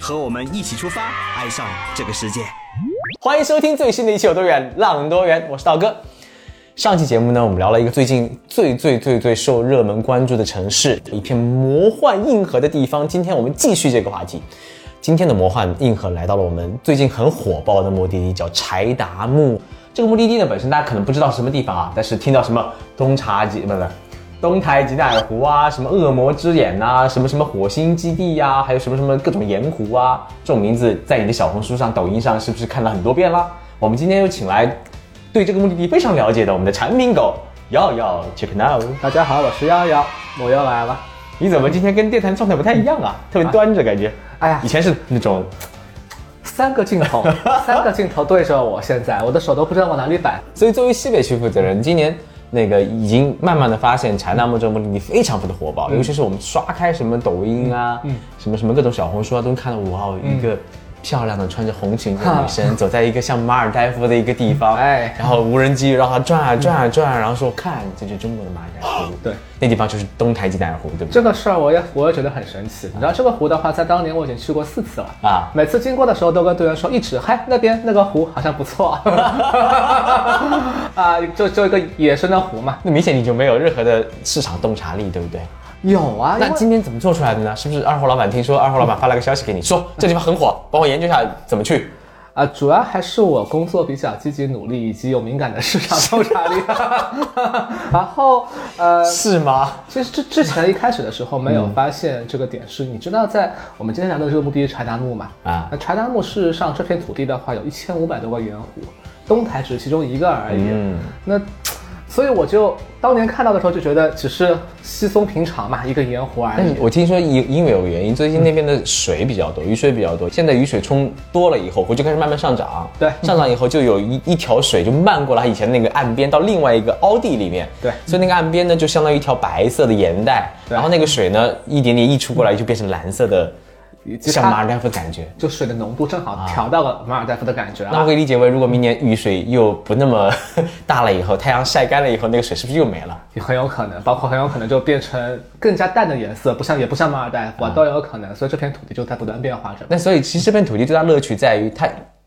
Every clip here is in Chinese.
和我们一起出发，爱上这个世界。欢迎收听最新的一期《有多远浪多远》，我是道哥。上期节目呢，我们聊了一个最近最最最最受热门关注的城市，一片魔幻硬核的地方。今天我们继续这个话题。今天的魔幻硬核来到了我们最近很火爆的目的地，叫柴达木。这个目的地呢，本身大家可能不知道是什么地方啊，但是听到什么东察吉，不是不是东台吉乃尔湖啊，什么恶魔之眼呐、什么什么火星基地呀、还有什么什么各种盐湖啊，这种名字在你的小红书上、抖音上是不是看了很多遍啦？我们今天又请来对这个目的地非常了解的我们的产品狗耀耀 check now。大家好，我是幺幺，我又来了。你怎么今天跟电台状态不太一样啊？特别端着感觉。哎呀以，前是那种三个镜 头，三个镜头对着我，现在我的手都不知道往哪里摆。所以作为西北区负责人，今年那个已经慢慢的发现柴达木这个目的地非常非常火爆，尤其是我们刷开什么抖音啊，什么什么各种小红书啊，都能看到哇，一个漂亮的穿着红裙子的女 生走在一个像马尔代夫的一个地方，哎哎，然后无人机让它转啊转啊转啊，然后说看这就是中国的马尔代夫，对，那地方就是东台吉乃尔湖，对不对？这个事儿我也我也觉得很神奇。你知道这个湖的话，在当年我已经去过四次了啊啊，每次经过的时候都跟队员说一指，嗨，那边那个湖好像不 错。啊，就就一个野生的湖嘛。那明显你就没有任何的市场洞察力，对不对？有啊，哎那因为今天怎么做出来的呢？是不是二货老板听说二货老板发了个消息给你说这地方很火，帮我研究一下怎么去？啊，主要还是我工作比较积极努力，以及有敏感的市场 洞察力。然后呃，是吗？其实之之前一开始的时候没有嗯发现这个点是，你知道在我们今天聊的这个目的地是柴达木嘛？啊那柴达木事实上这片土地的话有一千五百多个盐湖，东台只是其中一个而已。嗯那所以我就当年看到的时候就觉得只是稀松平常嘛，一个盐湖而但是已。我听说因因为有原因，最近那边的水比较多，雨水比较多。现在雨水冲多了以后，湖就开始慢慢上涨。对上涨以后就有一一条水就漫过了它以前那个岸边，到另外一个凹地里面。对所以那个岸边呢，就相当于一条白色的盐带，对然后那个水呢，一点点溢出过来，就变成蓝色的，及它像马尔代夫的感觉。就水的浓度正好调到了马尔代夫的感觉那我啊。可以理解为，如果明年雨水又不那么 大了以后，太阳晒干了以后，那个水是不是又没了？也很有可能，包括很有可能就变成更加淡的颜色，不像也不像马尔代夫、啊、都有可能，所以这片土地就在不断变化着。那所以其实这片土地最大乐趣在于它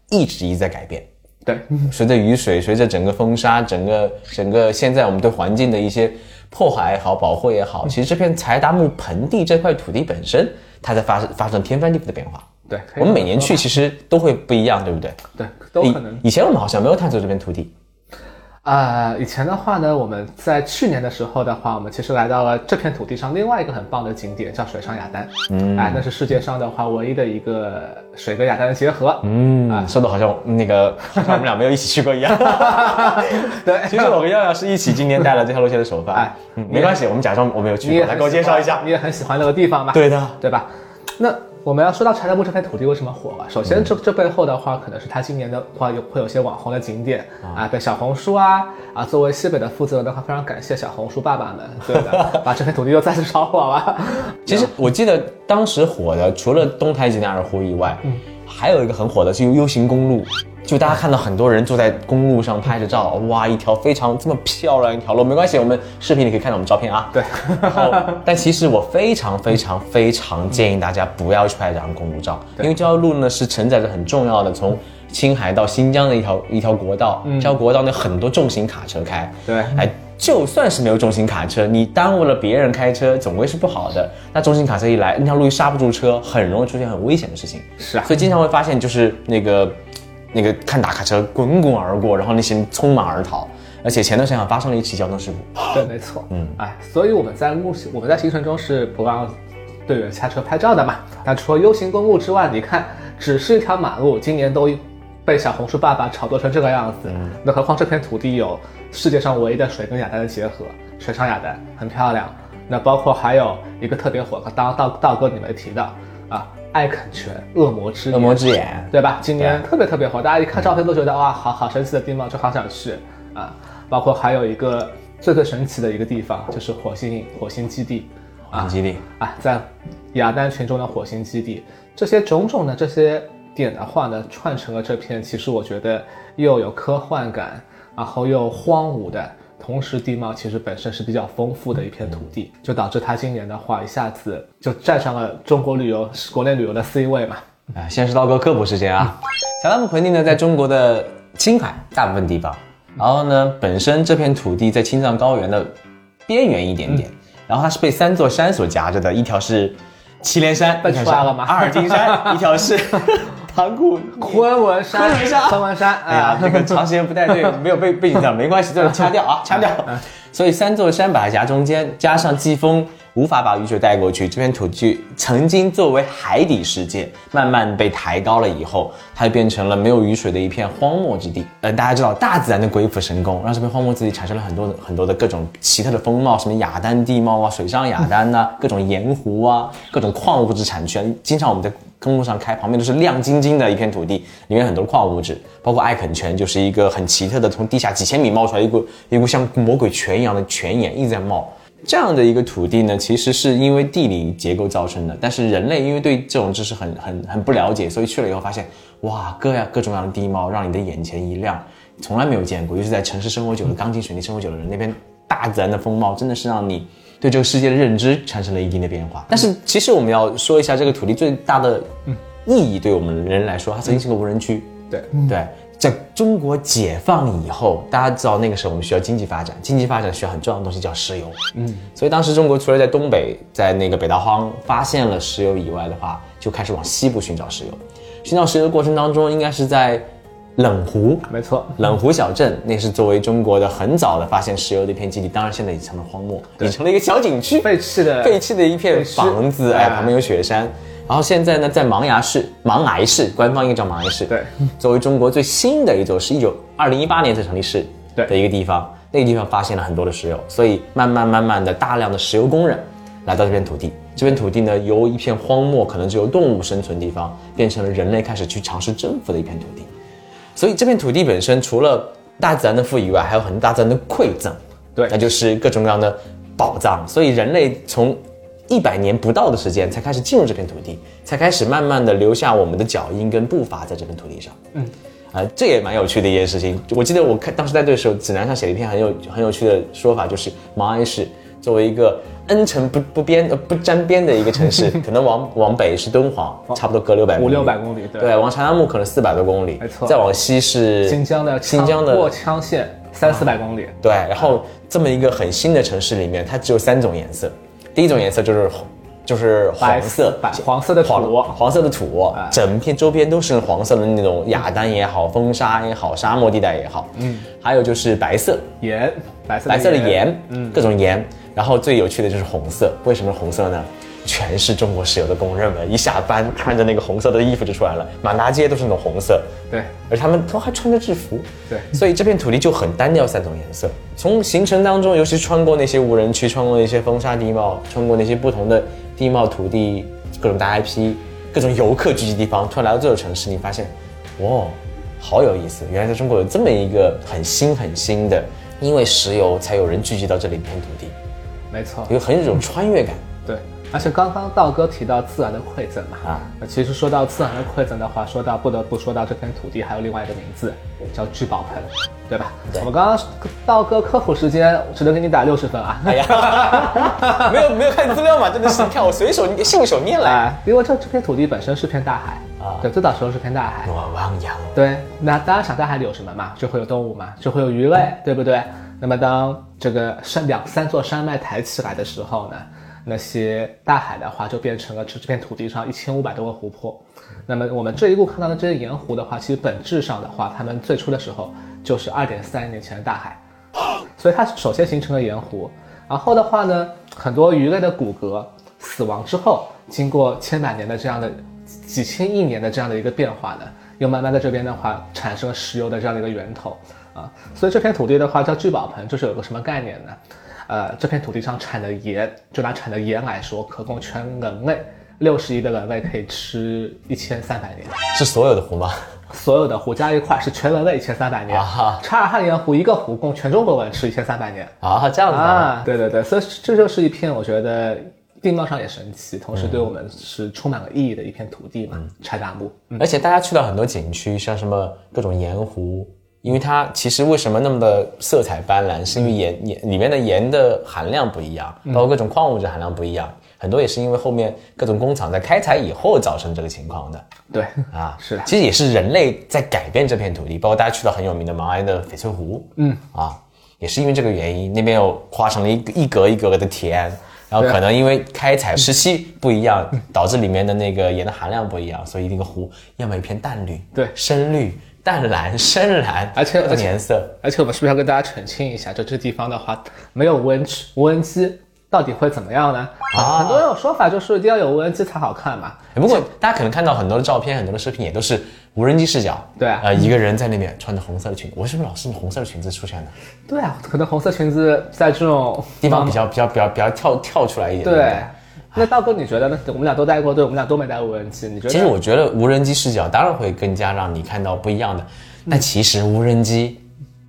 一直一直在改变。对，随着雨水，随着整个风沙，整个整个现在我们对环境的一些破坏也好，保护也嗯好，其实这片柴达木盆地这块土地本身，它在发生发生天翻地覆的变化。对可以我们这每么年去其实都会不一样，对不对？对，都可能。以以前我们好像没有探索这片土地，呃，以前的话呢，我们在去年的时候的话，我们其实来到了这片土地上另外一个很棒的景点，叫水上雅丹。嗯，哎，那是世界上的话唯一的一个水跟雅丹的结合。嗯，嗯，说的好像那 个好像我们俩没有一起去过一样。 对。其实我跟耀耀是一起今年带了这条路线的首发，哎嗯没关系，我们假装我没有去过，来很给我喜介绍欢一下。你也很喜欢那个地方嘛？对的对吧？那我们要说到柴达木这片土地为什么火啊？首先这，这背后的话，可能是它今年的话有会有些网红的景点啊，被小红书啊啊，作为西北的负责人的话，非常感谢小红书爸爸们，对 的，把这片土地又再次炒火了。 其实我记得当时火的，除了东台吉乃尔湖以外，还有一个很火的是 U 型公路，就大家看到很多人坐在公路上拍着照，哇，一条非常这么漂亮一条路，没关系，我们视频里可以看到我们照片啊。对，然后，但其实我非常非常非常建议大家不要去拍这张公路照，因为这条路呢是承载着很重要的从青海到新疆的一条一条国道，这条国道呢很多重型卡车开，嗯对哎，就算是没有重型卡车，你耽误了别人开车，总归是不好的。那重型卡车一来，那条路又刹不住车，很容易出现很危险的事情。是啊所以经常会发现就是那个那个看打卡车滚滚而过，然后那些人匆忙而逃。而且前段时间还发生了一起交通事故，对，没错。嗯，哎，所以我们在路我们在行程中是不让队员下车拍照的嘛。那除了 U 型公路之外，你看，只是一条马路，今年都被小红书爸爸炒作成这个样子，嗯那何况这片土地有世界上唯一的水跟雅丹的结合，水上雅丹很漂亮。那包括还有一个特别火，刚刚道道哥你没提到啊，爱啃全、恶魔之恶魔之眼，对吧？今年特别特别火，大家一看照片都觉得哇，好好神奇的地貌，就好想去啊！包括还有一个最最神奇的一个地方，就是火星火星基地很激励。啊，在雅丹群中的火星基地，这些种种的这些点的话呢，串成了这片，其实我觉得又有科幻感，然后又荒芜的。同时，地貌其实本身是比较丰富的一片土地，就导致它今年的话一下子就站上了中国旅游、国内旅游的 C 位嘛。啊，先是刀哥科普时间啊。小拉姆盆地呢，在中国的青海大部分地方，然后呢，本身这片土地在青藏高原的边缘一点点，然后它是被三座山所夹着的，一条是祁连山，被一条是出来了吗阿尔金山，一条是 唐 古。昆文山，昆仑山昆仑山，啊哎呀，这个长时间不带队，没有被背景调，没关系，这个掐掉啊，掐掉。所以三座山把它夹中间，加上季风无法把雨水带过去，这片土地曾经作为海底世界，慢慢被抬高了以后，它就变成了没有雨水的一片荒漠之地。呃，大家知道大自然的鬼斧神工，让这片荒漠之地产生了很多很多的各种奇特的风貌，什么雅丹地貌啊、水上雅丹呐、各种盐湖啊、各种矿物质产区啊。经常我们在公路上开，旁边都是亮晶晶的一片土地，里面很多矿物质，包括爱肯泉就是一个很奇特的，从地下几千米冒出来一股一股像魔鬼泉一样的泉眼一直在冒。这样的一个土地呢，其实是因为地理结构造成的，但是人类因为对这种知识很很很不了解，所以去了以后发现，哇，各样各种各样的地貌让你的眼前一亮，从来没有见过，尤其是在城市生活久了、钢筋水泥生活久的人，那边大自然的风貌真的是让你对这个世界的认知产生了一定的变化。但是其实我们要说一下这个土地最大的意义，对我们人来说，它曾经是个无人区。对，对，在中国解放以后，大家知道那个时候我们需要经济发展，经济发展需要很重要的东西叫石油。嗯，所以当时中国除了在东北，在那个北大荒发现了石油以外的话，就开始往西部寻找石油。寻找石油的过程当中，应该是在冷湖， 没错，冷湖小镇，那是作为中国的很早的发现石油的一片基地，当然现在已成了荒漠，已成了一个小景区，废弃的废弃的一片房子，哎哎，旁边有雪山。然后现在呢，在茫崖市、茫崖市，官方应该叫茫崖市，对，作为中国最新的一座，是一九二零一八年才成立市对的一个地方，那个地方发现了很多的石油，所以慢慢慢慢的，大量的石油工人来到这片土地。这片土地呢，由一片荒漠，可能只有动物生存地方，变成了人类开始去尝试征服的一片土地。所以这片土地本身除了大自然的赋予以外，还有很多大自然的馈赠，对那就是各种各样的宝藏。所以人类从一百年不到的时间才开始进入这片土地，才开始慢慢的留下我们的脚印跟步伐在这片土地上。嗯，啊、这也蛮有趣的一件事情。我记得我看当时带队的时候，指南上写了一篇很有很有趣的说法，就是盲埃市作为一个恩城不不边呃不沾边的一个城 市，可能往往北是敦煌，差不多隔六百五六百公里，对，对，往长安木可能四百多公里，没错再往西是新疆的新疆过的羌县三四百公里，对，然后这么一个很新的城市里面，它只有三种颜色，第一种颜色就是红，就是黄色，白黄色的土哎黄黄色的土，整片周边都是黄色的那种雅丹也好，风沙也好，沙漠地带也好，嗯，还有就是白色，盐，白色白色的盐，嗯，各种盐。然后最有趣的就是红色，为什么是红色呢？全是中国石油的工人们，一下班穿着那个红色的衣服就出来了，满大街都是那种红色。对，而他们都还穿着制服，对所以这片土地就很单调，三种颜色。从行程当中，尤其是穿过那些无人区，穿过那些风沙地貌，穿过那些不同的地貌土地，各种大 IP，各种游客聚集地方，突然来到这座城市，你发现，哇，好有意思！原来在中国有这么一个很新很新的，因为石油才有人聚集到这里一片土地，没错，有很有一种穿越感。对。而且刚刚道哥提到自然的馈赠嘛，啊啊，其实说到自然的馈赠的话，说到不得不说到这片土地还有另外一个名字嗯叫聚宝盆，对吧？我们刚刚道哥科普时间只能给你打六十分啊，哎呀，没有没有看资料嘛，真的是你看我随手信手拈来。哎，因为这这片土地本身是片大海啊对，最早时候是片大海，我汪洋。对，那当然想大海里有什么嘛，就会有动物嘛，就会有鱼类，对不对？那么当这个山两三座山脉抬起来的时候呢，那些大海的话就变成了这这片土地上一千五百多个湖泊。那么我们这一路看到的这些盐湖的话，其实本质上的话，它们最初的时候就是二点三年前的大海，所以它首先形成了盐湖，然后的话呢，很多鱼类的骨骼死亡之后，经过千百年的这样的几千亿年的这样的一个变化呢，又慢慢在这边的话产生了石油的这样的一个源头啊，所以这片土地的话叫聚宝盆，就是有个什么概念呢？呃，这片土地上产的盐，就拿产的盐来说，可供全人类六十一个人类可以吃一千三百年，是所有的湖吗？所有的湖加一块是全人类一千三百年啊哈。查尔汗盐湖一个湖供全中国人吃一千三百年啊，这样子啊，啊！对对对，所以这就是一片我觉得地貌上也神奇，同时对我嗯们是充满了意义的一片土地嘛，柴达木。嗯，而且大家去到很多景区，像什么各种盐湖，因为它其实为什么那么的色彩斑斓，是因为盐盐里面的盐的含量不一样，包括各种矿物质含量不一样，很多也是因为后面各种工厂在开采以后造成这个情况的对，啊。是的其实也是人类在改变这片土地，包括大家去到很有名的马鞍的翡翠湖，嗯啊，也是因为这个原因，那边又画成了一个一格一格的铁岸。然后对啊可能因为开采时期不一样，导致里面的那个盐的含量不一样，所以那个湖要么一片淡绿，对深绿、淡蓝、深蓝，而且各种颜色而且我们是不是要跟大家澄清一下，就这地方的话，没有无人区无人机到底会怎么样呢？啊很多人有说法就是一定要有无人机才好看嘛。哎不过大家可能看到很多的照片、很多的视频，也都是无人机视角。对啊呃，一个人在那边穿着红色的裙，我是不是老是红色的裙子出现的？对啊，可能红色裙子在这种地方比嗯较比较比较比较跳跳出来一点。不嗯对。那道哥，你觉得呢？我们俩都带过，对我们俩都没带无人机，你觉得？其实我觉得无人机视角当然会更加让你看到不一样的，嗯但其实无人机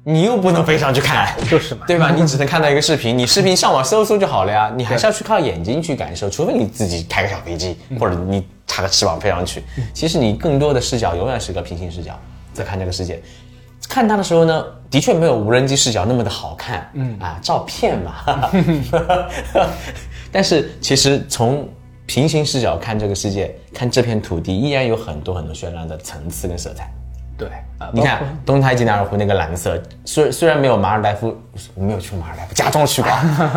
你又不能飞上去看。 就是嘛，对吧？你只能看到一个视频，你视频上网搜搜就好了呀，你还是要去靠眼睛去感受，除非你自己开个小飞机，嗯或者你插个翅膀飞上去。其实你更多的视角永远是个平行视角，在看这个世界。看它的时候呢，的确没有无人机视角那么的好看，嗯啊，照片嘛。 哈哈但是其实从平行视角看这个世界，看这片土地，依然有很多很多绚烂的层次跟色彩。对啊，你包括看东泰吉纳尔湖那个蓝色，虽虽然没有马尔代夫，我没有去过马尔代夫，假装去过，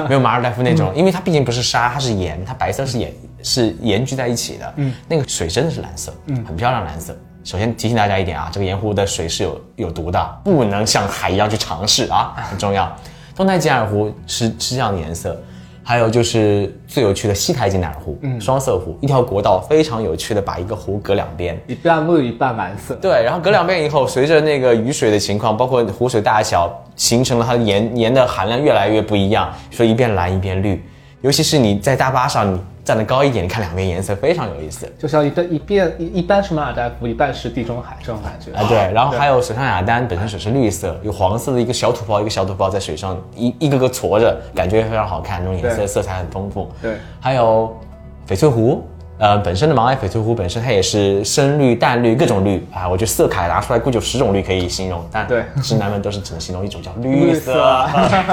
没有马尔代夫那种，因为它毕竟不是沙，它是盐，它白色是盐是盐聚在一起的，嗯，那个水真的是蓝色，嗯，很漂亮蓝色。首先提醒大家一点啊，这个盐湖的水是有有毒的，不能像海一样去尝试啊，很重要。东泰吉纳尔湖是是这样的颜色，还有就是最有趣的西台吉纳尔湖，嗯，双色湖，一条国道非常有趣的把一个湖隔两边，一半绿一半蓝色，对，然后隔两遍以后，随着那个雨水的情况，包括湖水大小，形成了它的盐盐的含量越来越不一样，所以一边蓝一边绿。尤其是你在大巴上，你站得高一点，你看两边颜色非常有意思就像一个一遍一一半是马尔代夫，一半是地中海这种感觉啊。对，然后还有水上雅丹，本身水是绿色，有黄色的一个小土包，一个小土包在水上一一个个搓着，感觉非常好看，那种颜色对色彩很丰富。对还有翡翠湖，呃，本身的盲爱翡翠湖本身它也是深绿、淡绿各种绿啊，我觉得色卡拿出来估计有十种绿可以形容，但对直男们都是只能形容一种叫绿色。啊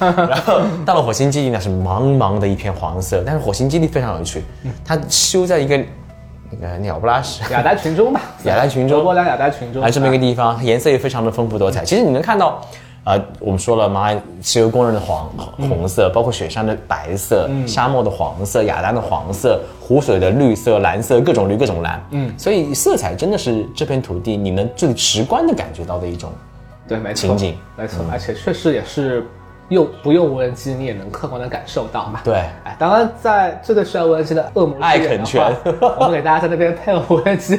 然后到了火星基地呢是茫茫的一片黄色，但是火星基地非常有趣，它修在一个那个鸟不拉屎。雅丹群众吧，雅丹群众德国两雅丹群众，还这么一个啊地方，它颜色也非常的丰富多彩。其实你能看到，呃，我们说了，马来石油工人的黄红色，包括雪山的白色，沙漠的黄色，雅丹的黄色，湖水的绿色、蓝色，各种绿各种蓝。嗯，所以色彩真的是这片土地你能最直观的感觉到的一种。对，没错，情景没错，而且确实也是用不用无人机，你也能客观的感受到嘛。，对，哎，当然在最最需要无人机的恶魔爱之眼肯的犬话 我们给大家在那边配了无 人机。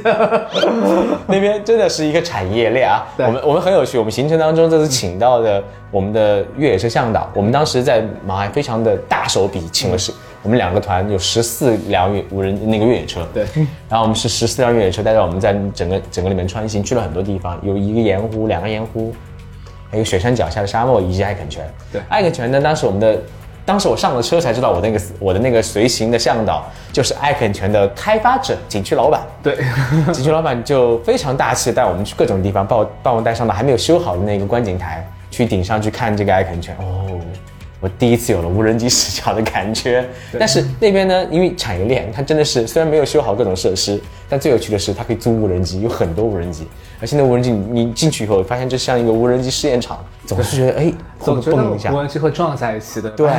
那边真的是一个产业链啊。对我们我们很有趣，我们行程当中这次请到的我们的越野车向导，我们当时在马来非常的大手笔，请嗯了十、我们两个团有十四辆越无人那个越野车。对，然后我们是十四辆越野车带着我们在整个整个里面穿行，去了很多地方，有一个盐湖，两个盐湖，还有雪山脚下的沙漠以及爱肯泉。对爱肯泉呢，当时我们的，当时我上了车才知道，我那个我的那个随行的向导就是爱肯泉的开发者景区老板。对， 景区老板就非常大气，带我们去各种地方，把我把我带上了还没有修好的那个观景台，去顶上去看这个爱肯泉。哦，我第一次有了无人机视角的感觉。但是那边呢，因为产业链，它真的是虽然没有修好各种设施，但最有趣的是它可以租无人机，有很多无人机，而且那无人机你你进去以后，发现这像一个无人机试验场， 总是觉得哎，会总不觉会蹦一下得无？人机会撞在一起的。 对，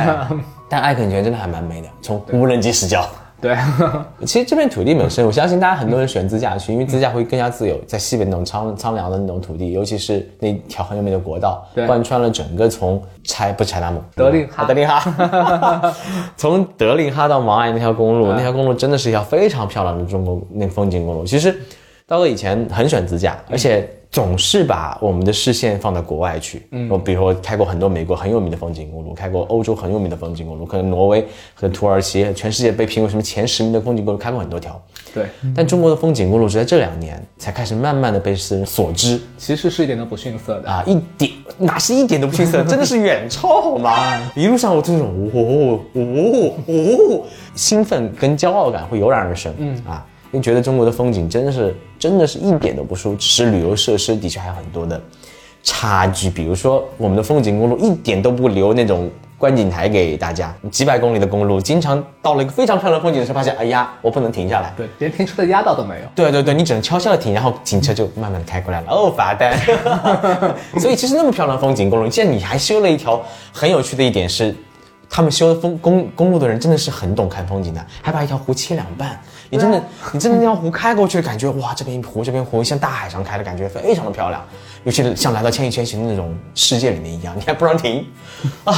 但爱肯泉真的还蛮美的，从无人机视角。对， 其实这片土地本身，我相信大家很多人选自驾去，因为自驾会更加自由。在西北那种苍苍凉的那种土地，尤其是那条很有名的国道，对贯穿了整个从柴不是柴达姆，德令哈啊德令哈， 嗯从德令哈到毛爱那条公路，那条公路真的嗯是一条非常漂亮的中国那风景公路。其实，刀哥以前很喜欢自驾，而且总是把我们的视线放到国外去。嗯，我比如说开过很多美国很有名的风景公路，开过欧洲很有名的风景公路，可能挪威和土耳其，全世界被评为什么前十名的风景公路，开过很多条。对，但中国的风景公路只在这两年才开始慢慢的被世人所知其实是一点都不逊色的。啊，一点哪是一点都不逊色，真的是远超好吗？一路上我真的是哦哦哦，兴奋跟骄傲感会油然而生，嗯啊，因为觉得中国的风景真的是真的是一点都不输，只是旅游设施的确还有很多的差距，比如说我们的风景公路一点都不留那种。观景台给大家，几百公里的公路，经常到了一个非常漂亮的风景的时候，发现，哎呀，我不能停下来，对，连停车的压道都没有。对对对，你只能悄悄的停，然后警车就慢慢的开过来了。哦，罚单。所以其实那么漂亮的风景公路，现在你还修了一条很有趣的一点是，他们修风公公路的人真的是很懂看风景的，还把一条湖切两半。你真的，你真的那条湖开过去，感觉哇，这边湖这边湖像大海上开的感觉，非常的漂亮。尤其是像来到《千与千寻》那种世界里面一样，你还不让停啊。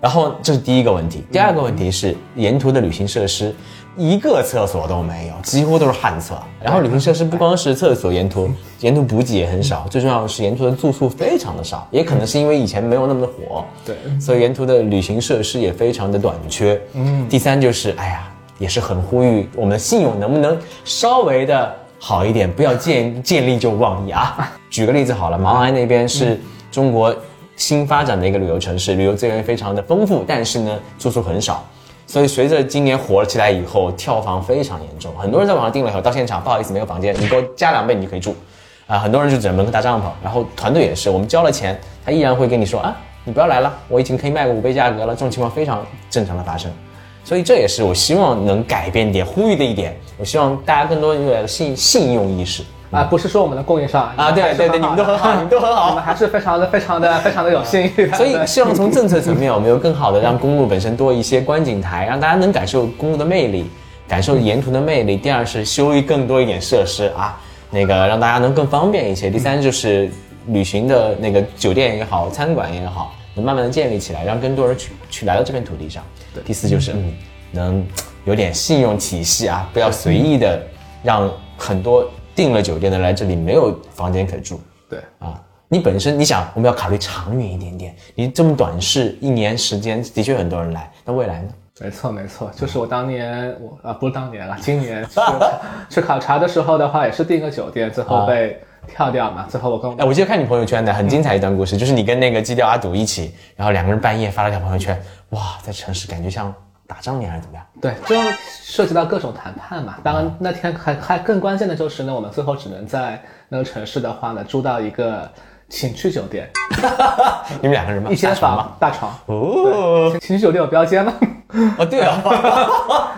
然后这是第一个问题，第二个问题是沿途的旅行设施，一个厕所都没有，几乎都是旱厕。然后旅行设施不光是厕所，沿途沿途补给也很少，最重要的是沿途的住宿非常的少，也可能是因为以前没有那么的火，对，所以沿途的旅行设施也非常的短缺。嗯，第三就是，哎呀，也是很呼吁我们的信用能不能稍微的好一点，不要见见利就忘义啊。举个例子好了，毛安那边是中国新发展的一个旅游城市，旅游资源非常的丰富，但是呢住宿很少。所以随着今年火了起来以后，跳房非常严重，很多人在网上订了以后，到现场不好意思没有房间，你给我加两倍你就可以住，啊，很多人就只能门口搭帐篷。然后团队也是，我们交了钱，他依然会跟你说啊，你不要来了，我已经可以卖个五倍价格了，这种情况非常正常的发生。所以这也是我希望能改变一点、呼吁的一点，我希望大家更多有信信用意识。啊，不是说我们的供应商嗯啊对对对你们都很 啊好你们都很好我们还是非常的、非常的、非常的有信誉的。哦所以对希望从政策层面，我们有更好的让公路本身多一些观景台，让大家能感受公路的魅力，感受沿途的魅力。第二是修更多一点设施啊，那个让大家能更方便一些。第三就是旅行的那个酒店也好，餐馆也好，能慢慢的建立起来，让更多人去去来到这片土地上。第四就是嗯，能有点信用体系啊，不要随意的让很多订了酒店的来这里没有房间可住。对，啊，你本身你想，我们要考虑长远一点点，你这么短视，一年时间的确很多人来，那未来呢？没错没错，就是我当年我啊不是当年了，今年去去考察的时候的话，也是订个酒店，最哦后被跳掉嘛。最后我跟我哎，我记得看你朋友圈的很精彩一段故事，就是你跟那个基调阿堵一起，然后两个人半夜发了条朋友圈，哇，在城市感觉像打仗一样还是怎么样？对，这样涉及到各种谈判嘛。当然，那天还还更关键的就是呢，我们最后只能在那个城市的话呢，住到一个情趣酒店，你们两个人吗？一间大床吗？房大床。哦情情趣酒店有标间吗？哦，对 啊，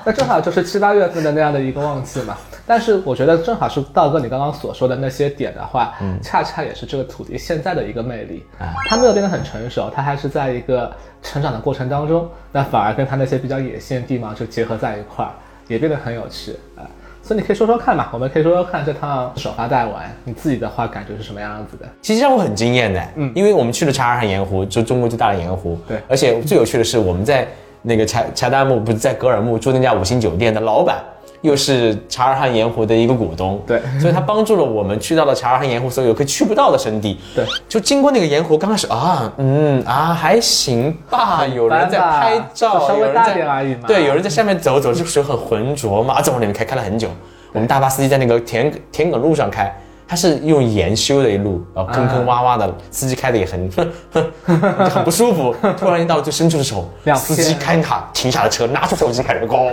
那正好就是七八月份的那样的一个旺季嘛。但是我觉得正好是道哥你刚刚所说的那些点的话，恰恰也是这个土地现在的一个魅力。啊它没有变得很成熟，它还是在一个成长的过程当中，那反而跟它那些比较野性的地方就结合在一块儿，也变得很有趣啊。所以你可以说说看嘛，我们可以说说看这趟首发带完，你自己的话感觉是什么样子的？其实让我很惊艳的，嗯，因为我们去了察哈尔汗盐湖，就中国最大的盐湖，对而且最有趣的是我们在那个柴柴达木不是在格尔木住那家五星酒店的老板，又是察哈尔汗盐湖的一个股东，对所以他帮助了我们去到了察哈尔汗盐湖所有可以去不到的圣地，对，就经过那个盐湖，刚开始啊，嗯啊还行吧，有人在拍照，就稍微有人大在点而已嘛对，有人在下面走走，这个水很浑浊嘛，啊，在往里面开开了很久。我们大巴司机在那个田田埂路上开，他是用盐修的一路，然后坑坑洼洼的，司机开的也很 很不舒服。突然一到最深处的时候亮，片司机开卡停下了车，拿出手机开始咣，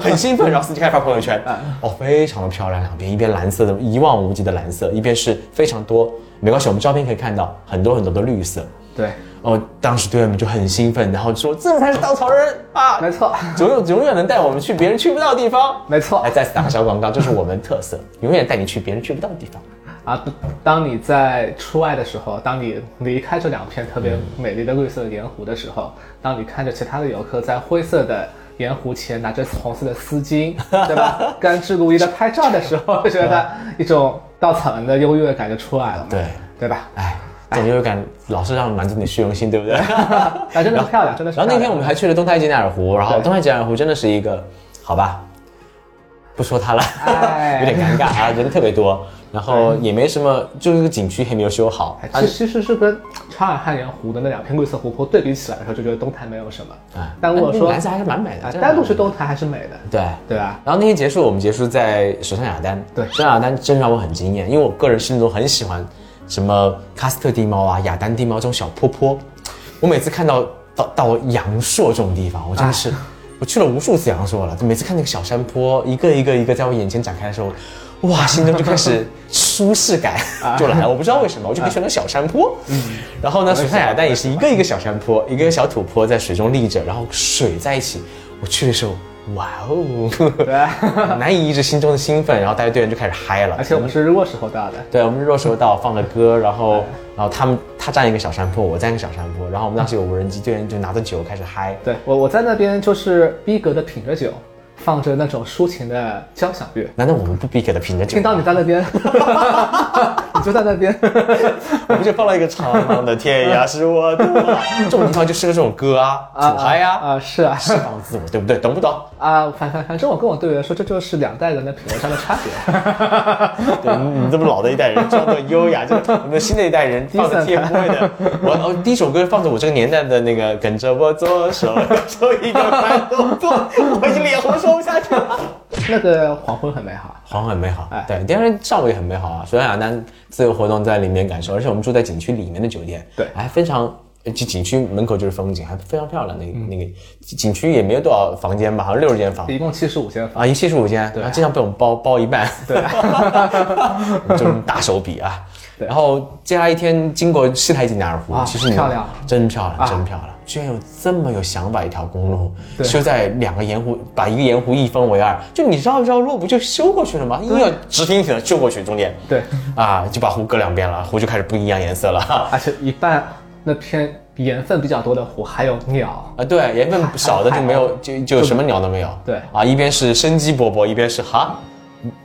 很兴奋，然后司机开始发朋友圈，哦，非常的漂亮，两边一边蓝色的一望无际的蓝色，一边是非常多，没关系，我们照片可以看到很多很多的绿色。对，哦，当时队员们就很兴奋，然后说这才是稻草人啊！没错，总有永远能带我们去别人去不到的地方。没错哎，再次打个小广告，这是我们的特色，永远带你去别人去不到的地方。啊，当你在出外的时候，当你离开这两片特嗯别美丽的绿色盐湖的时候，当你看着其他的游客在灰色的盐湖前拿着红色的 丝巾，对吧，甘之如饴的拍照的时候，就觉得一种稻草人的优越感就出来了嘛，对对吧？哎，这种优越感老是让满足你的虚荣心，对不 对？啊，真的是漂亮，真的是漂然后亮。那天我们还去了东太吉乃尔湖，然后对东太吉乃尔湖真的是一个，好吧，不说它了，哎有点尴尬啊，人特别多。然后也没什么，就是个景区还没有修好哎，它其其实是跟查尔汗盐湖的那两片绿色湖泊对比起来的时候，就觉得东台没有什么。哎，但如果说蓝色还是蛮美的啊，，真的单独去东台还是美的，对。对 吧？然后那天结束，我们结束在首善雅丹。对首善雅丹真让我很惊艳，因为我个人是那种很喜欢什么喀斯特地貌啊、雅丹地貌这种小坡坡。我每次看到到到阳朔这种地方，我真的是、我去了无数次阳朔了，就每次看那个小山坡一个一个一个在我眼前展开的时候，哇，心中就开始舒适感 就来了。我不知道为什么，我就很喜欢那小山坡。嗯，然后呢，水上雅丹也是一个一个小山坡，一个小土坡在水中立着，然后水在一起。我去的时候，哇哦！对吧，难以抑制心中的兴奋，然后带着队员就开始嗨了。而且我们是日落时候到的，对我们弱手岛放了歌，然后然后他们他站一个小山坡，我站一个小山坡，然后我们当时有无人机，队员就拿着酒开始嗨。对我我在那边就是逼格的品着酒，放着那种抒情的交响乐，难道我们不逼格的品着酒？ 听到你在 那边，你就在那边，我们就放了一个长长的天涯是我 的，这种地方就适合这种歌啊，土嗨呀、啊是啊释放自我，对不对？懂不懂？啊，反反反正我跟我队员说，这就是两代人的品味上的差别。 对你你这么老的一代 人，装作优雅，就是我们新的一代人放着 Decent 天波 的。我哦，第一首歌放着我这个年代的那个，跟着我左手右手一个慢动作，我已经脸红说不下去了。那个黄昏很美好，黄昏很美好哎，对，第二天上午也很美好啊。水上雅丹自由活动在里面感受，而且我们住在景区里面的酒店，对还非常。呃就景区门口就是风景，还非常漂亮。那个、那个景区也没有多少房间吧，好像六十间房一共七十五间房。啊，一七十五间，然后经常被我们包包一半，对， 就是大手笔啊。对然后接下来一天经过西台吉纳尔湖，啊其实你漂亮，真漂亮，啊真漂亮，居然有这么有想法一条公路，对修在两个盐湖，把一个盐湖一分为二，就你绕一绕路不就修过去了吗？硬要直挺挺的修过去，中间对，啊就把湖隔两边了，湖就开始不一样颜色了。而且一半那片盐分比较多的湖还有鸟，啊，对，盐分少的就没有，就就什么鸟都没有。对啊，一边是生机勃勃，一边是哈，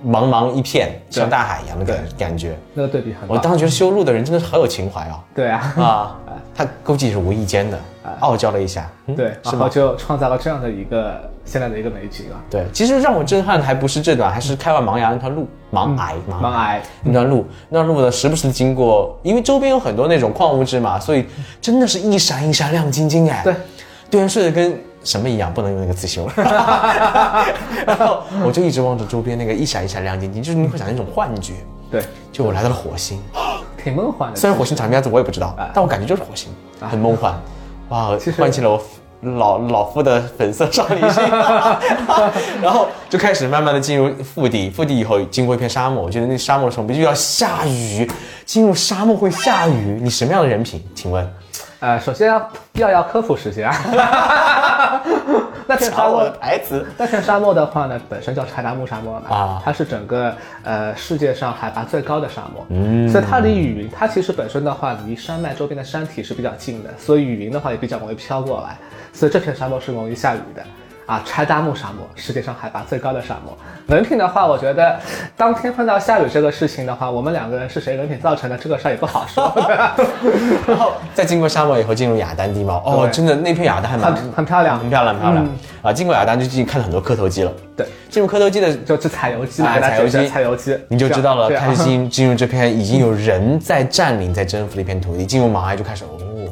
茫茫一片，像大海一样的感感觉。那个对比很我棒。当时觉得修路的人真的是好有情怀啊！对啊，啊，他估计是无意间的，傲娇了一下。嗯对，是然吗后？就创造了这样的一个现在的一个美景啊，对，其实让我震撼的还不是这段，还是开完盲崖那条路，盲崖，蛮矮，那段路，那段路呢，时不时地经过，因为周边有很多那种矿物质嘛，所以真的是一闪一闪亮晶晶哎。对，队员睡得跟什么一样，不能用那个词形容。然后我就一直望着周边那个一闪一闪亮晶晶，就是你会产生一种幻觉，对，就我来到了火星。挺梦幻的。虽然火星长什么样子我也不知道啊，但我感觉就是火星，很梦 幻。哇哎其，实唤起了我老老夫的粉色少女 心，然后就开始慢慢的进入腹地，腹地以后经过一片沙漠，我觉得那沙漠的时候必须要下雨，进入沙漠会下雨，你什么样的人品？请问？呃，首先要要要科普时间啊， 那片沙查我漠的台词。那片沙漠的话呢，本身叫柴达木沙漠嘛，啊它是整个呃世界上海拔最高的沙漠，嗯，所以它离雨云，它其实本身的话离山脉周边的山体是比较近的，所以雨云的话也比较容易飘过来，所以这片沙漠是容易下雨的。啊，柴达木沙漠，世界上海拔最高的沙漠。人品的话，我觉得当天碰到下雨这个事情的话，我们两个人是谁人品造成的这个事儿也不好说。 然后再经过沙漠以后，进入雅丹地貌。哦，对真的那片雅丹还蛮很很漂亮嗯很漂亮，很漂亮啊！经过雅丹就进看了很多磕头机了。对，进入磕头机的就去采油机嘛，啊给大家采油解释机采油啊机，你就知道了，这样开始进进入这片已经有人在占领、在征服的一片土地，进入马来就开始哦，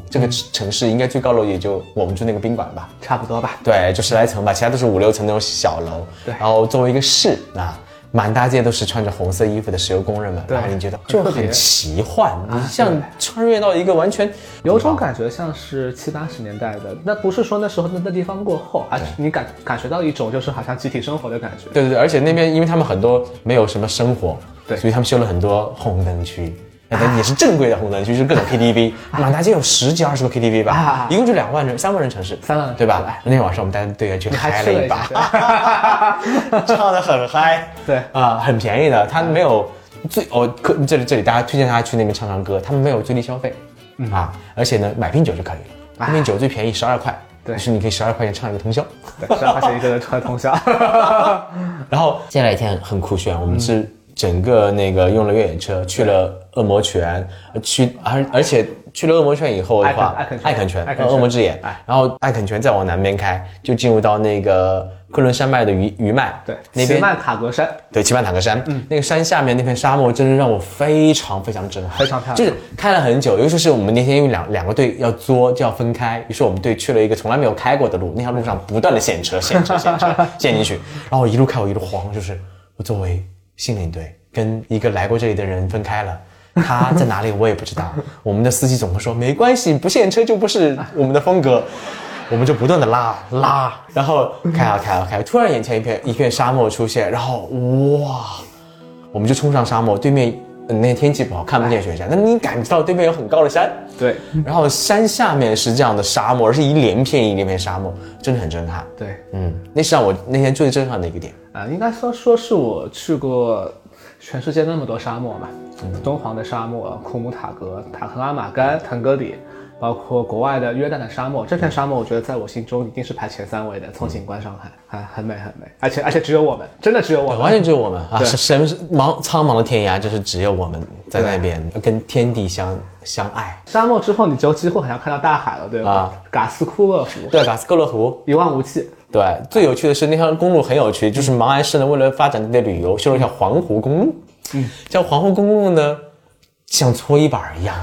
这个嗯城市应该最高楼也就我们住那个宾馆吧， 差不多吧。对，就十来层吧，其他都是五六层那种小楼。对然后作为一个市啊，满大街都是穿着红色衣服的石油工人们，对然后你觉得很就特别啊很奇幻，你像对穿越到一个完全有种感觉像是七八十年代的，那不是说那时候那那地方过后，而是你感感觉到一种就是好像集体生活的感觉。对对对，而且那边因为他们很多没有什么生活，对啊所以他们修了很多红灯区。那它也是正规的红灯区，就是各种 KTV，满大街有十几二十个 KTV 吧，啊一共就两万人、三万人城市，三万人对吧城市哎？那天晚上我们带队员去你还嗨去了了一一把下， 唱的很嗨，对啊啊、很便宜的，他没有最我可这里这里大家推荐大家去那边唱唱歌，他们没有最低消费，嗯啊，而且呢买瓶酒就可以了，那瓶酒最便宜十二块，啊对就是你可以十二块钱唱一个通宵。对，十二块钱一个人吃通宵。 然后接下来一天很酷炫，我们是整个那个用了越野车去了恶魔泉，呃去而而且去了恶魔泉以后的话爱肯，爱肯爱肯泉，泉爱肯呃泉恶魔之眼哎，然后爱肯泉再往南边开，就进入到那个昆仑山脉的余余脉，对，那奇边曼塔格山，对，奇曼塔克山，嗯那个山下面那片沙漠，真的让我非常非常震撼，非常漂亮就是开了很久，尤其是我们那天因为两两个队要作就要分开，于是我们队去了一个从来没有开过的路，那条路上不断的陷车、陷车、陷 车、陷进去，然后我一路开我一路慌，就是我作为新领队跟一个来过这里的人分开了。他在哪里我也不知道。我们的司机总会说没关系，不陷车就不是我们的风格。我们就不断的拉拉，然后开啊开啊开，突然眼前一片一片沙漠出现，然后哇，我们就冲上沙漠，对面、呃那天气不好，看不见雪嗯山，那你感觉到对面有很高的山，对然后山下面是这样的沙漠，而是一连片一连片沙漠，真的很震撼。对，嗯，那是让我那天最震撼的一个点。啊、应该说说是我去过全世界那么多沙漠吧，嗯敦煌的沙漠、库姆塔格、塔克拉玛干、腾格里，包括国外的约旦的沙漠，这片沙漠我觉得在我心中一定是排前三位的。从景观上看，啊，很美很美，而且而且只有我们，真的只有我完们。全只有我们啊！对是神茫苍茫的天涯，就是只有我们在那边跟天地相相爱。沙漠之后你就几乎很像看到大海了，对吧？啊嘎斯库勒湖对，嘎斯克勒湖一望无际，对，最有趣的是那条公路很有趣，嗯就是盲安市呢为了发展当地旅游，修了一条环湖公路。嗯，叫环湖公路呢，像搓衣板儿 一样，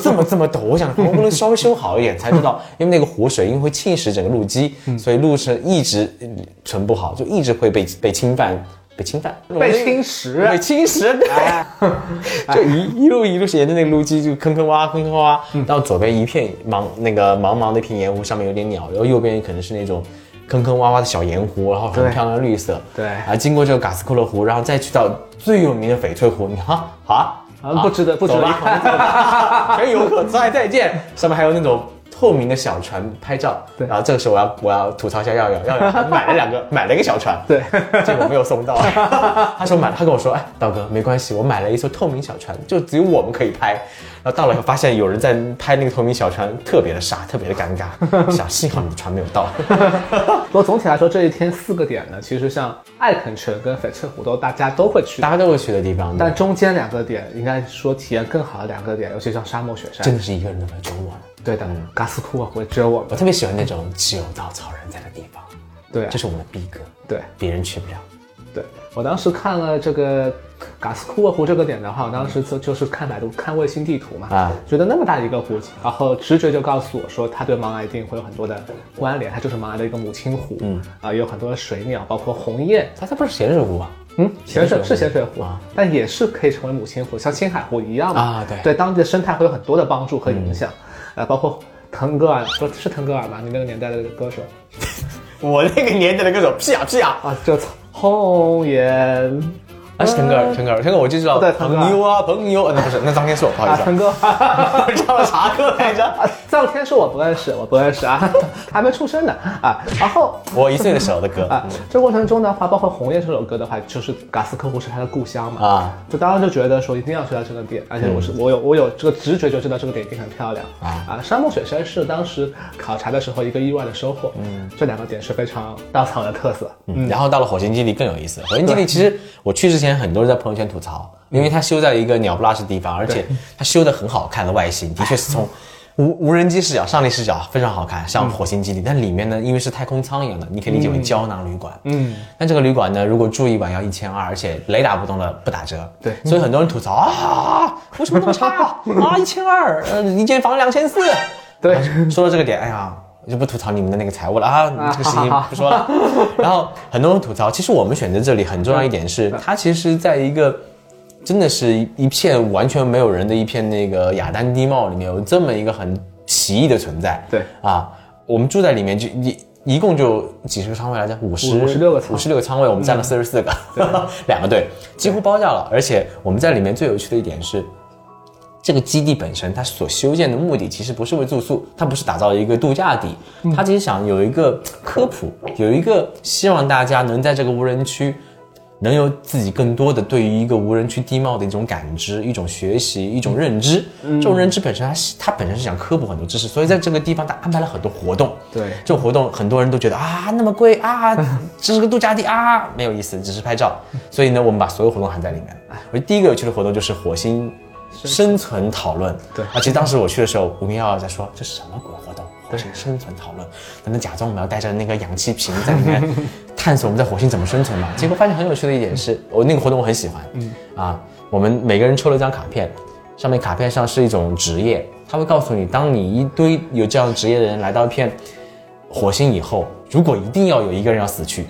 这么这么陡。我想环湖公路稍微修好一点才知 道，因为那个湖水因为会侵蚀整个路基，嗯所以路是一直呃存不好，就一直会被被侵犯，被侵犯，被侵蚀。被侵蚀。哎， 就一一路一路沿着那个路基就坑坑洼洼坑坑洼嗯洼，到左边一片茫那个茫茫的一片盐湖，上面有点鸟，然后右边可能是那种坑坑洼洼的小盐湖，然后很对漂亮的绿色。对啊，经过这个嘎斯库勒湖，然后再去到最有名的翡翠湖，你看啊好啊，啊不值得不值走得一吧捧 全游客再再见。上面还有那种透明的小船拍照，对然后这个时候我要我要吐槽一下耀耀， 耀耀还买了两个买了一个小船，对， 结果没有送到。他说买了，他跟我说，哎，道哥没关系，我买了一艘透明小船，就只有我们可以拍。然后到了以后发现有人在拍那个透明小船，特别的傻，特别的尴 尬。想幸好你的船没有到。不过总体来说，这一天四个点呢，其实像艾肯城跟翡翠湖都大家都会去，大家都会去的地方，但中间两个点应该说体验更好的两个点，尤其像沙漠雪山真，的嗯是一个人的周末了。对的，嘎斯库尔湖只有我我们，特别喜欢那种只有稻草人在的地方，对啊这是我们的逼格，对别人去不了。对，我当时看了这个嘎斯库尔湖这个点的话，我当时就就是看百度看卫星地图嘛，啊觉得那么大一个湖，然后直觉就告诉我说，它对茫崖一定会有很多的关联，它就是茫崖的一个母亲湖，嗯，啊，有很多的水鸟，包括鸿雁，它它不是咸水湖啊？嗯，咸水咸水湖是咸水湖啊，但也是可以成为母亲湖，像青海湖一样嘛。啊对嗯对，当地的生态会有很多的帮助和影响，呃，包括腾格尔，不是是腾格尔吧？你那个年代的歌手我那个年代的歌手，屁啊屁啊！啊，叫红颜啊，是腾格尔，腾格尔，腾格尔，我就知道，对腾格尔朋友啊，朋友，啊，那不是，那张天硕，不好意 啊，思啊，腾格尔。 我唱了啥歌来着？臧天说我不认识，我不认 识啊，还没出生呢啊。然后我一岁的时候的 歌啊，这过程中的话，包括《红叶》这首歌的话，就是嘎斯克湖是他的故乡嘛。啊，就当时就觉得说一定要去到这个点，而且我是、我有我有这个直觉就知道这个点一定很漂亮嗯啊沙漠雪山是当时考察的时候一个意外的收获，嗯，这两个点是非常稻草的特色，嗯，然后到了火星基地更有意思。火星基地其实我去之前，很多人在朋友圈吐槽，因为它修在一个鸟不拉屎的地方，而且它修的很好看的外形，的确是从无无人机视角、上帝视角非常好看，像火星基地。但里面呢，因为是太空舱一样的，你可以理解为胶囊旅馆。嗯，但这个旅馆呢，如果住一晚要一千二，而且雷打不动的不打折。对所以很多人吐槽啊，为什么这么差啊？啊，一千二，呃，一间房两千四。对，说到这个点，哎呀，我就不吐槽你们的那个财务了啊，啊这个事情不说 了。然后很多人吐槽，其实我们选择这里很重要一点是，它其实在一个真的是一片完全没有人的一片那个雅丹地貌里面，有这么一个很奇异的存在。对啊，我们住在里面就一。一共就几十个仓位来着，五十56个仓五十六个仓位，嗯我们占了四十四个， 两个队几乎包下了。而且我们在里面最有趣的一点是，这个基地本身它所修建的目的其实不是为住宿，它不是打造一个度假地，它其实想有一个科普，有一个希望大家能在这个无人区。能有自己更多的对于一个无人区地貌的一种感知、一种学习、一种认知，这种认知本身它是它本身是想科普很多知识，所以在这个地方它安排了很多活动。对这种活动很多人都觉得啊那么贵啊，这是个度假地啊，没有意思，只是拍照。所以呢，我们把所有活动含在里面。我第一个有趣的活动就是火星哎生存讨论。对啊，其实当时我去的时候，吴明耀在说这 是什么鬼活动？火星生存讨论，咱们假装我们要带着那个氧气瓶在里面。探索我们在火星怎么生存嘛。结果发现很有趣的一点是，我那个活动我很喜欢，嗯啊，我们每个人抽了张卡片，上面卡片上是一种职业，他会告诉你，当你一堆有这样职业的人来到一片火星以后，如果一定要有一个人要死去，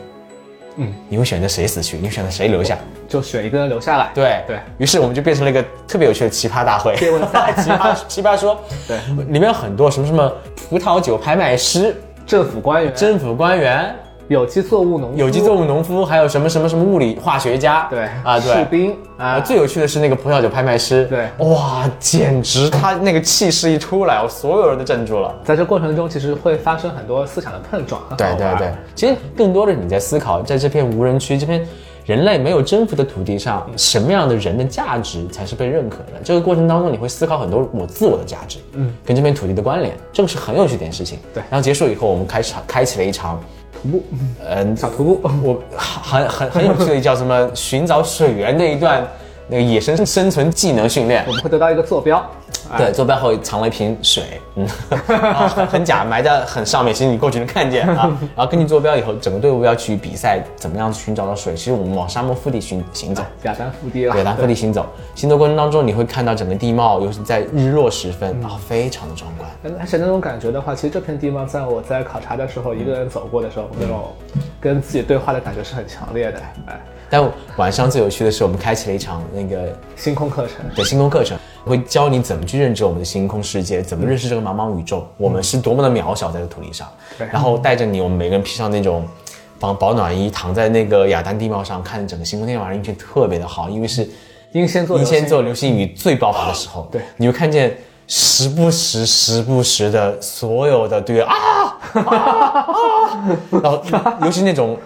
嗯，你会选择谁死去？你会选择谁留下？就选一个人留下来。对对，于是我们就变成了一个特别有趣的奇葩大会，叶问 赛奇葩奇葩说，对，里面有很多什么什么葡萄酒拍卖师、政府官员、政府官员、有机作物农夫有机作物农夫，还有什么什么什么物理化学家，对啊士对。兵啊，啊，最有趣的是那个葡萄酒拍卖师，对哇，简直他那个气势一出来，我所有人都镇住了。在这过程中其实会发生很多思想的碰撞，很好对玩对对，其实更多的你在思考，在这片无人区、这片人类没有征服的土地上，嗯什么样的人的价值才是被认可的？这个过程当中，你会思考很多我自我的价值，嗯，跟这片土地的关联，这个是很有趣的一件事情。对然后结束以后，我们开场开启了一场徒步嗯，小徒步，我很很很有趣的叫什么寻找水源的一段那个野生生存技能训练 我。们会得到一个坐标，啊对，坐背后藏了一瓶水，嗯， 啊很很假，埋在很上面，其实你过去能看见 啊。然后根据坐标以后，整个队伍要去比赛，怎么样寻找到水？其实我们往沙漠腹地行行走，亚当腹地了，对， 南腹地行走。行走过程当中，你会看到整个地貌，尤其在日落时分啊，非常的壮观。而且那种感觉的话，其实这片地方在我在考察的时候，一个人走过的时候，那种跟自己对话的感觉是很强烈的。哎，但晚上最有趣的是，我们开启了一场那个星空课程，的星空课程，会教你怎么去认知我们的星空世界，怎么认识这个茫茫宇宙，我们是多么的渺小在这个土地上。对然后带着你，我们每个人披上那种保保暖衣，躺在那个雅丹地貌上，看整个星空天晚上，运气特别的好，因为是英仙座，阴仙座，流星雨最爆发的时候。对你会看见时不时、时不时的所有的队员啊啊啊，然后尤其那种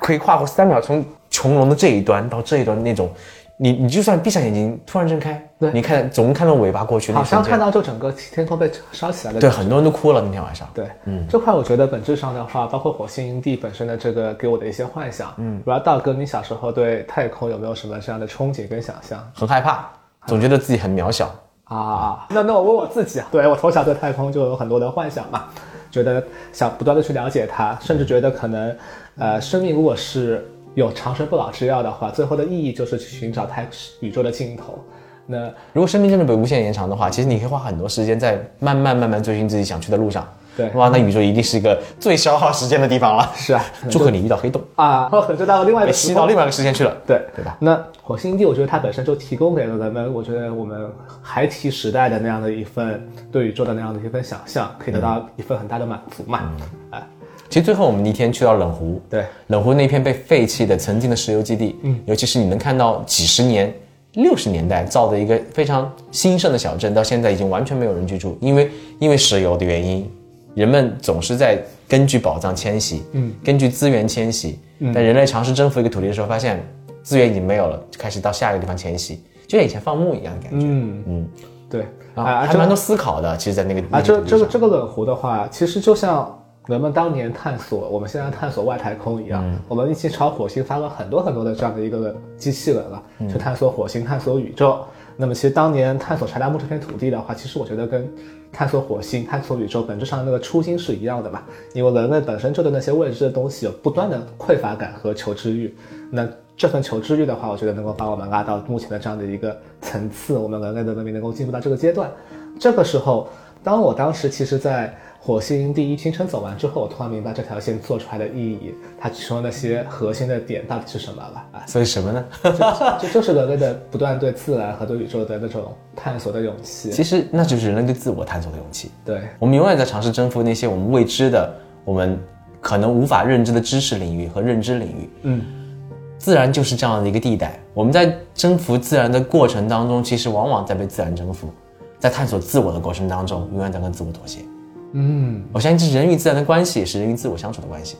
可以跨过三秒，从穹隆的这一端到这一端那种。你你就算闭上眼睛，突然睁开，对你看总能看到尾巴过去那好瞬像间，看到就整个天空被烧起来的对，很多人都哭了那天晚上。对，嗯，这块我觉得本质上的话，包括火星营地本身的这个给我的一些幻想，嗯，不知道道哥你小时候对太空有没有什么这样的憧憬跟想象很害怕，总觉得自己很渺小。啊？那那我问我自己啊，对我从小对太空就有很多的幻想嘛，觉得想不断的去了解它，甚至觉得可能，呃，生命如果是有长生不老之药的话，最后的意义就是去寻找太宇宙的尽头。那如果生命真的被无限延长的话，其实你可以花很多时间在慢慢慢慢追寻自己想去的路上。对哇，那宇宙一定是一个最消耗时间的地方了。是啊， 祝贺你遇到黑洞，啊，我可能就到了另外一被个吸时到空另外一个时间去了。对对吧？那火星地，我觉得它本身就提供给了咱们，我觉得我们孩提时代的那样的一份对宇宙的那样的一份想象，可以得嗯到一份很大的满足嘛。哎、其实最后我们那天去到冷湖，对，冷湖那片被废弃的曾经的石油基地，嗯，尤其是你能看到几十年、六十年代造的一个非常兴盛的小镇，到现在已经完全没有人居住，因为因为石油的原因，人们总是在根据宝藏迁徙，嗯，根据资源迁徙，嗯，但人类尝试征服一个土地的时候，发现资源已经没有了，就开始到下一个地方迁徙，就像以前放牧一样的感觉，嗯嗯，对，啊，还这蛮多思考的，其实，在那个啊，这这个个这个冷湖的话，其实就像人们当年探索我们现在探索外太空一样，我们已经朝火星发了很多很多的这样的一个机器人了，去探索火星、探索宇宙。那么其实当年探索柴达木这片土地的话，其实我觉得跟探索火星、探索宇宙本质上那个初心是一样的嘛，因为人类本身就对那些未知的东西有不断的匮乏感和求知欲。那这份求知欲的话，我觉得能够把我们拉到目前的这样的一个层次，我们人类的文明能够进步到这个阶段。这个时候，当我当时其实，在火星第一行程走完之后，我突然明白这条线做出来的意义，它其中那些核心的点到底是什么了啊？所以什么呢？这就是人类的不断对自然和对宇宙的那种探索的勇气。其实那就是人类对自我探索的勇气。对，我们永远在尝试征服那些我们未知的、我们可能无法认知的知识领域和认知领域。嗯，自然就是这样的一个地带。我们在征服自然的过程当中，其实往往在被自然征服，在探索自我的过程当中，永远在跟自我妥协。嗯，我相信这人与自然的关系也是人与自我相处的关系。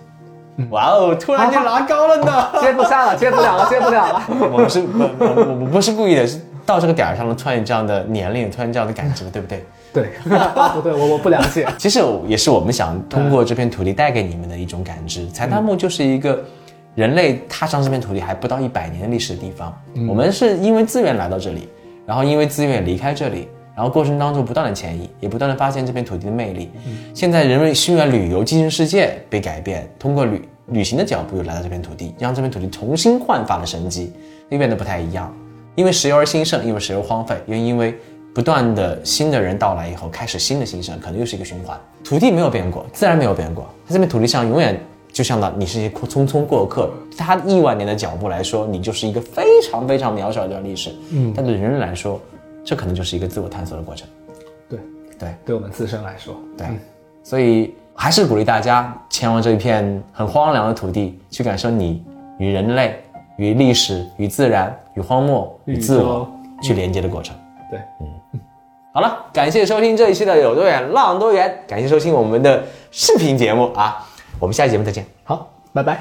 哇哦，突然就拉高了呢！接不下了，接不了了，接不了了。我们是，我我我不是故意的，是到这个点儿上了，突然有这样的年龄，突然这样的感知，对不对？ 对，啊 不对，我我不了解。其实我也是我们想通过这片土地带给你们的一种感知。柴达木就是一个人类踏上这片土地还不到一百年的历史的地方。我们是因为资源来到这里，然后因为资源离开这里，然后过程当中不断的迁移，也不断的发现这片土地的魅力。现在人们需要旅游精神世界被改变，通过旅旅行的脚步又来到这片土地，让这片土地重新焕发了生机，又变得不太一样。因为石油而兴盛，因为石油荒废，又因为不断的新的人到来以后，开始新的兴盛，可能又是一个循环。土地没有变过，自然没有变过，在这片土地上永远就像那你是一个匆匆过客。他亿万年的脚步来说，你就是一个非常非常渺小的一段历史。嗯，但对人类来说，这可能就是一个自我探索的过程。对，对，对我们自身来说，对，所以还是鼓励大家前往这一片很荒凉的土地，去感受你与人类、与历史、与自然、与荒漠、与自我去连接的过程。对，好了，感谢收听这一期的有多远浪多远，感谢收听我们的视频节目啊，我们下期节目再见。好，拜拜。